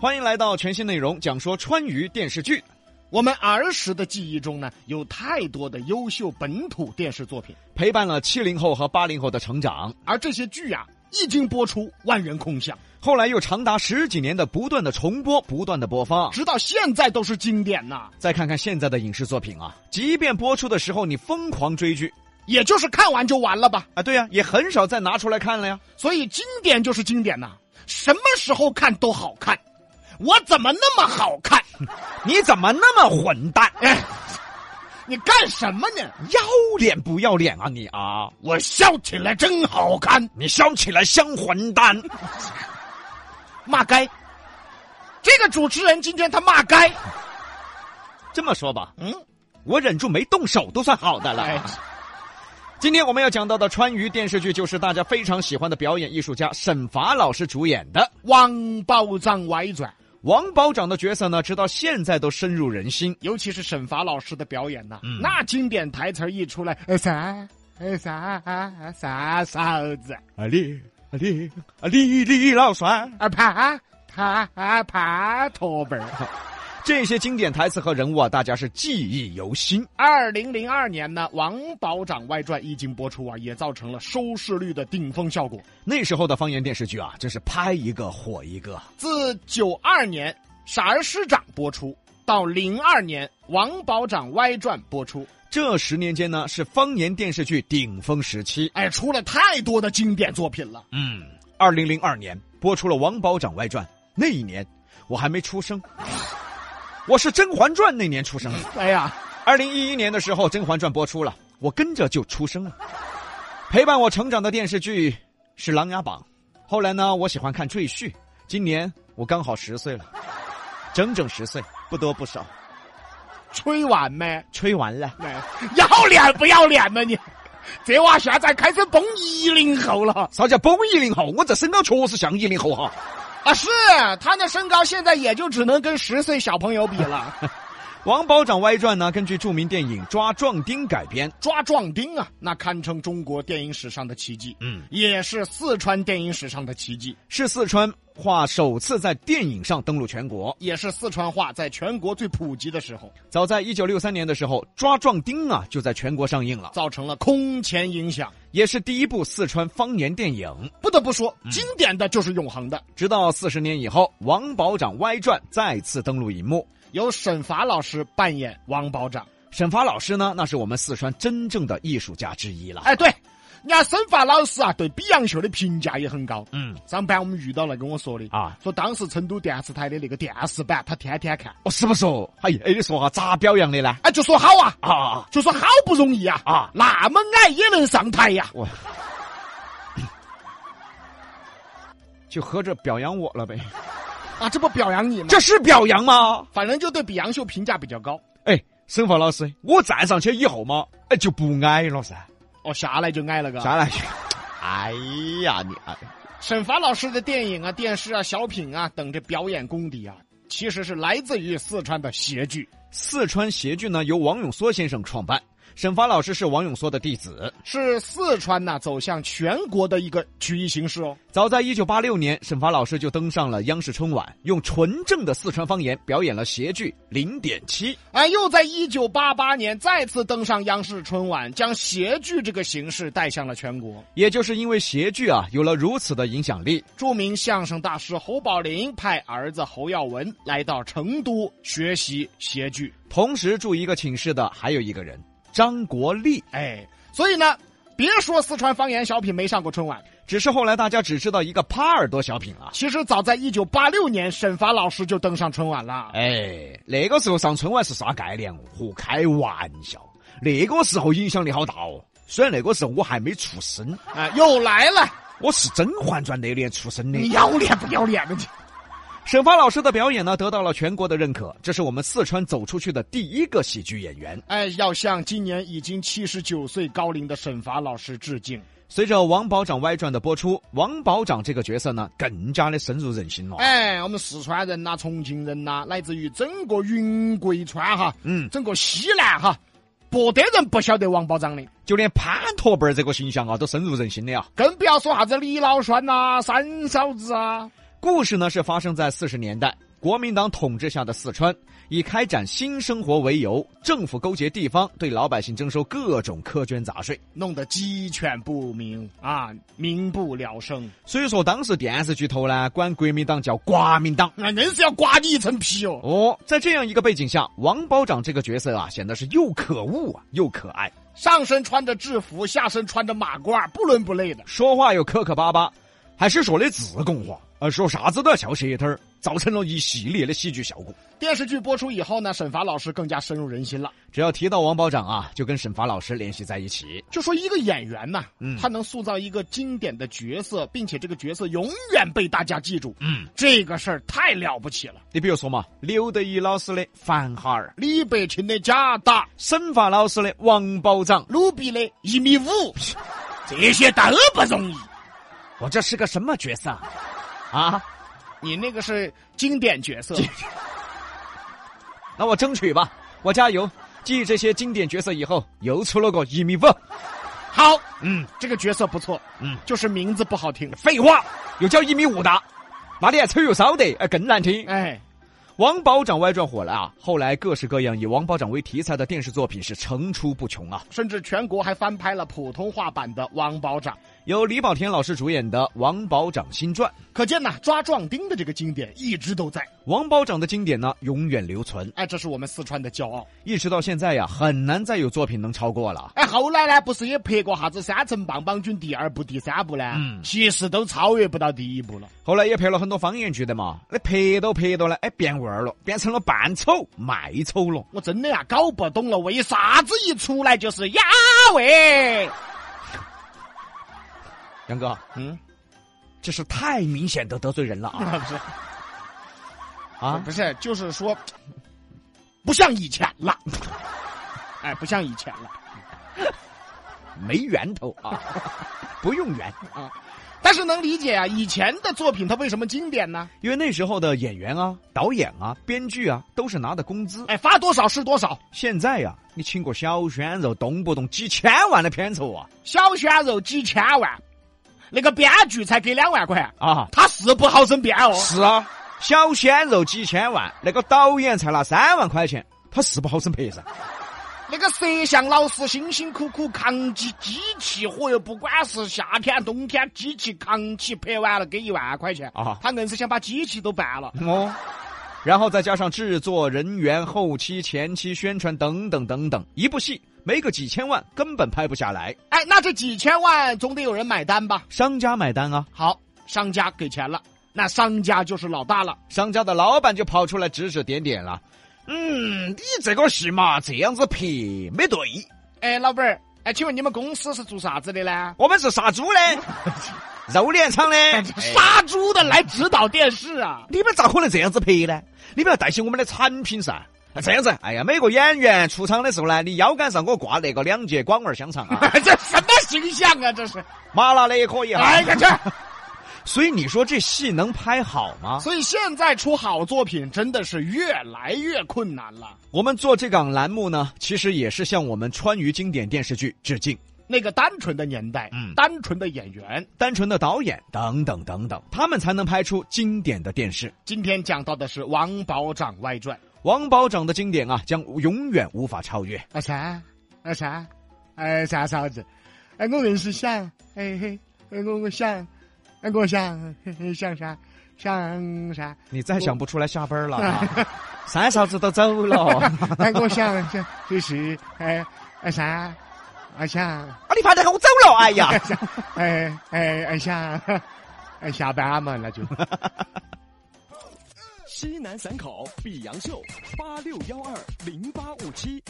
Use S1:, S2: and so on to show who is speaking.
S1: 欢迎来到全新内容，讲说川渝电视剧。
S2: 我们儿时的记忆中呢，有太多的优秀本土电视作品，
S1: 陪伴了七零后和八零后的成长，
S2: 而这些剧啊，一经播出，万人空巷，
S1: 后来又长达十几年的不断的重播、不断的播放。
S2: 直到现在都是经典呐、
S1: 再看看现在的影视作品啊，即便播出的时候你疯狂追剧
S2: 也就是看完就完了吧。
S1: 啊，对呀、也很少再拿出来看了呀。
S2: 所以经典就是经典呐、什么时候看都好看。我怎么那么好看？
S1: 你怎么那么混蛋？
S2: 哎，你干什么呢？
S1: 要脸不要脸啊你啊！
S2: 我笑起来真好看，
S1: 你笑起来像混蛋。
S2: 骂街。这个主持人今天他骂街，
S1: 这么说吧，
S2: 嗯，
S1: 我忍住没动手都算好的了。
S2: 哎，
S1: 今天我们要讲到的川渝电视剧，就是大家非常喜欢的表演艺术家沈伐老师主演的《
S2: 王宝藏外传》。
S1: 王保长》的角色呢，直到现在都深入人心。
S2: 尤其是沈伐老师的表演呐、
S1: 嗯
S2: 那经典台词儿一出来，呃啥呃啥啊啥嫂子
S1: 啊你啊你啊你你老帅，
S2: 啊爬爬啊爬驼背儿。
S1: 这些经典台词和人物啊，大家是记忆犹新。
S2: 二零零二年呢，《王保长外传》一经播出啊，也造成了收视率的顶峰效果。
S1: 那时候的方言电视剧啊，真是拍一个火一个。
S2: 自九二年《傻儿师长》播出到零二年《王保长外传》播出，
S1: 这十年间呢，是方言电视剧顶峰时期。
S2: 哎，出了太多的经典作品了。
S1: 嗯，二零零二年播出了《王保长外传》，那一年我还没出生， 我是《甄嬛传》那年出生的。
S2: 哎呀，
S1: 二零一一年的时候，《甄嬛传》播出了，我跟着就出生了。陪伴我成长的电视剧是《琅琊榜》，后来呢，我喜欢看《赘婿》。今年我刚好十岁了，整整十岁，不多不少。
S2: 吹完没？
S1: 吹完了，
S2: 哎 要脸不要脸呢你？这娃现在开始崩一零后了
S1: 啥叫崩一零后？我这身高确实像一零后哈。
S2: 啊！是他那身高现在也就只能跟十岁小朋友比了。
S1: 《王保长外传》呢，根据著名电影《抓壮丁》改编。
S2: 抓壮丁啊，那堪称中国电影史上的奇迹，
S1: 嗯，
S2: 也是四川电影史上的奇迹，
S1: 是四川话首次在电影上登陆全国。
S2: 也是四川话在全国最普及的时候，
S1: 早在一九六三年的时候，《抓壮丁啊》就在全国上映了，
S2: 造成了空前影响。
S1: 也是第一部四川方言电影。
S2: 不得不说，经典的就是永恒的，
S1: 直到四十年以后，《王保长歪传》再次登陆荧幕。
S2: 由沈伐老师扮演王保长。
S1: 沈发老师呢，那是我们四川真正的艺术家之一了。
S2: 哎，对，人家沈伐老师啊，对比洋秀的评价也很高。
S1: 嗯，
S2: 上班我们遇到了跟我说的
S1: 啊
S2: 说当时成都电视台的那个电视版，他天天看，
S1: 我是不是哦？哎呀，哎你说哈、咋表扬的呢？
S2: 哎，就说好啊，
S1: 啊，
S2: 就说好不容易啊
S1: 啊
S2: 那么矮也能上台呀、
S1: 我就合着表扬我了呗？
S2: 啊，这不表扬你吗？
S1: 这是表扬吗？
S2: 反正就对比杨秀评价比较高。
S1: 哎，沈发老师，我站上去以后嘛，哎就不矮了噻。
S2: 哦，下来就矮了个。
S1: 下来，哎呀你哎，
S2: 沈伐老师的电影啊、电视啊、小品啊等这表演功底啊，其实是来自于四川的谐剧。
S1: 四川谐剧呢由王永梭先生创办，沈发老师是王永梭的弟子。
S2: 是四川呐、走向全国的一个曲艺形式哦。
S1: 早在一九八六年，沈发老师就登上了央视春晚，用纯正的四川方言表演了谐剧《零点七》。
S2: 哎，又在一九八八年再次登上央视春晚，将谐剧这个形式带向了全国。
S1: 也就是因为谐剧啊有了如此的影响力，
S2: 著名相声大师侯宝林派儿子侯耀文来到成都学习谐剧。
S1: 同时住一个寝室的还有一个人张国立。
S2: 哎，所以呢，别说四川方言小品没上过春晚，
S1: 只是后来大家只知道一个耙耳朵小品啊。
S2: 其实早在一九八六年，沈伐老师就登上春晚了。
S1: 哎，那个时候上春晚是啥概念哦？嚯，开玩笑，那个时候影响力好大哦。虽然那个时候我还没出生，
S2: 啊，又来了，
S1: 我是《甄嬛传》那年出生的。
S2: 你要脸不要脸的你！
S1: 沈发老师的表演呢，得到了全国的认可，这是我们四川走出去的第一个喜剧演员。
S2: 哎，要向今年已经七十九岁高龄的沈伐老师致敬。
S1: 随着《王保长外传》的播出，王保长这个角色呢，更加的深入人心了。
S2: 哎，我们四川人呐、重庆人呐、乃至于整个云贵川哈，
S1: 嗯，
S2: 整个西南哈，不得人不晓得王保长的，
S1: 就连潘驼背儿这个形象啊，都深入人心的啊。
S2: 更不要说啥子李老栓呐、三嫂子啊。
S1: 故事呢是发生在四十年代，国民党统治下的四川，以开展新生活为由，政府勾结地方，对老百姓征收各种苛捐杂税。
S2: 弄得鸡犬不宁啊，民不聊生。
S1: 所以说，当时电视剧头呢，管国民党叫国民党。
S2: 哎那硬是要刮你一层皮哦。
S1: 哦，在这样一个背景下，王保长这个角色啊，显得是又可恶啊，又可爱，
S2: 上身穿着制服，下身穿着马褂，不伦不类的。
S1: 说话又磕磕巴巴，还是说的自贡话，呃，说啥子都要翘舌头儿，造成了一系列的喜剧效果。
S2: 电视剧播出以后呢，沈发老师更加深入人心了。
S1: 只要提到王保长啊，就跟沈发老师联系在一起。
S2: 就说一个演员呐、
S1: 嗯
S2: 他能塑造一个经典的角色，并且这个角色永远被大家记住，
S1: 嗯，
S2: 这个事儿太了不起了。
S1: 你比如说嘛，刘德一老师的范哈尔，
S2: 李北辰的贾达，
S1: 沈发老师的王保长，
S2: 卢比的一米五，这些都不容易。
S1: 我这是个什么角色啊？啊，
S2: 你那个是经典角色，
S1: 那我争取吧，我加油。继这些经典角色以后，又出了个一米五。
S2: 好，
S1: 嗯，
S2: 这个角色不错，
S1: 嗯，
S2: 就是名字不好听。
S1: 废话，又叫一米五的，那你还丑又骚的，哎，更难听。
S2: 哎，
S1: 王保长外传火了啊！后来各式各样以王保长为题材的电视作品是层出不穷啊，
S2: 甚至全国还翻拍了普通话版的《王保长》。
S1: 有李保田老师主演的《王保长新传》。
S2: 可见呐，抓壮丁的这个经典一直都在。
S1: 王保长的经典呢，永远留存，
S2: 哎，这是我们四川的骄傲。
S1: 一直到现在呀，很难再有作品能超过了。
S2: 哎，后来呢，不是也拍过啥子《三层棒棒军》第二部、第三部呢？
S1: 嗯
S2: 其实都超越不到第一部了。
S1: 后来也拍了很多方言剧的嘛，那拍到拍到呢，哎，变味儿了，变成了扮丑卖丑了。
S2: 我真的呀、搞不懂了，为啥子一出来就是呀喂？
S1: 杨哥，
S2: 嗯，
S1: 这是太明显的得罪人了啊！
S2: 不是，
S1: 啊，
S2: 嗯不是，就是说，不像以前了。 哎，不像以前了。
S1: 没源头啊，不用源。
S2: 但是能理解啊，以前的作品它为什么经典呢？
S1: 因为那时候的演员啊、导演啊、编剧啊，都是拿的工资。
S2: 哎，发多少是多少，
S1: 现在呀、你请个小鲜肉，动不动几千万的片酬啊
S2: 小鲜肉几千万，那个编剧才给两万块，
S1: 啊！
S2: 他是不好生编哦。
S1: 是啊，小鲜肉几千万，那个导演才拿三万块钱，他是不好生拍噻。
S2: 那个摄像老师辛辛苦苦扛起机器，嚯哟，不管是夏天冬天，机器扛起拍完了给一万块钱
S1: 啊
S2: 他硬是想把机器都办了。
S1: 哦，然后再加上制作人员、后期、前期、宣传等等等等，一部戏没个几千万根本拍不下来，
S2: 哎，那这几千万总得有人买单吧？
S1: 商家买单啊，
S2: 好，商家给钱了，那商家就是老大了。
S1: 商家的老板就跑出来指指点点了。嗯，你这个戏嘛，这样子拍没对，
S2: 哎，老板儿，哎，请问你们公司是做啥子的呢？
S1: 我们是杀猪的，肉联厂的，
S2: 杀猪的来指导电视啊！
S1: 你们咋可能这样子拍呢？你们要担心我们的产品噻。那这样子，哎呀，每个演员出场的时候呢，你腰杆上给我挂那个两节广味香肠啊，
S2: 这什么形象啊？这是，
S1: 麻辣的也可以哈。
S2: 哎，我去！
S1: 所以你说这戏能拍好吗？
S2: 所以现在出好作品真的是越来越困难了。
S1: 我们做这档栏目呢，其实也是向我们川渝经典电视剧致敬，
S2: 那个单纯的年代，
S1: 嗯
S2: 单纯的演员。
S1: 单纯的导演等等等等，他们才能拍出经典的电视。
S2: 今天讲到的是《王保长外传》。
S1: 王保长的经典啊，将永远无法超越。
S2: 阿三，阿三，哎，三嫂子，哎，我硬是想，哎嘿，哎我我想，哎我想，嘿嘿想啥，想啥，
S1: 你再想不出来，下班了、 啊，三嫂子都走 了。啊
S2: 哎我想 想，就是哎阿三，阿想，
S1: 啊，你怕得我走了？哎呀，
S2: 哎哎阿想，哎下班嘛那就。
S3: 西南散口碧阳秀八六幺二零八五七，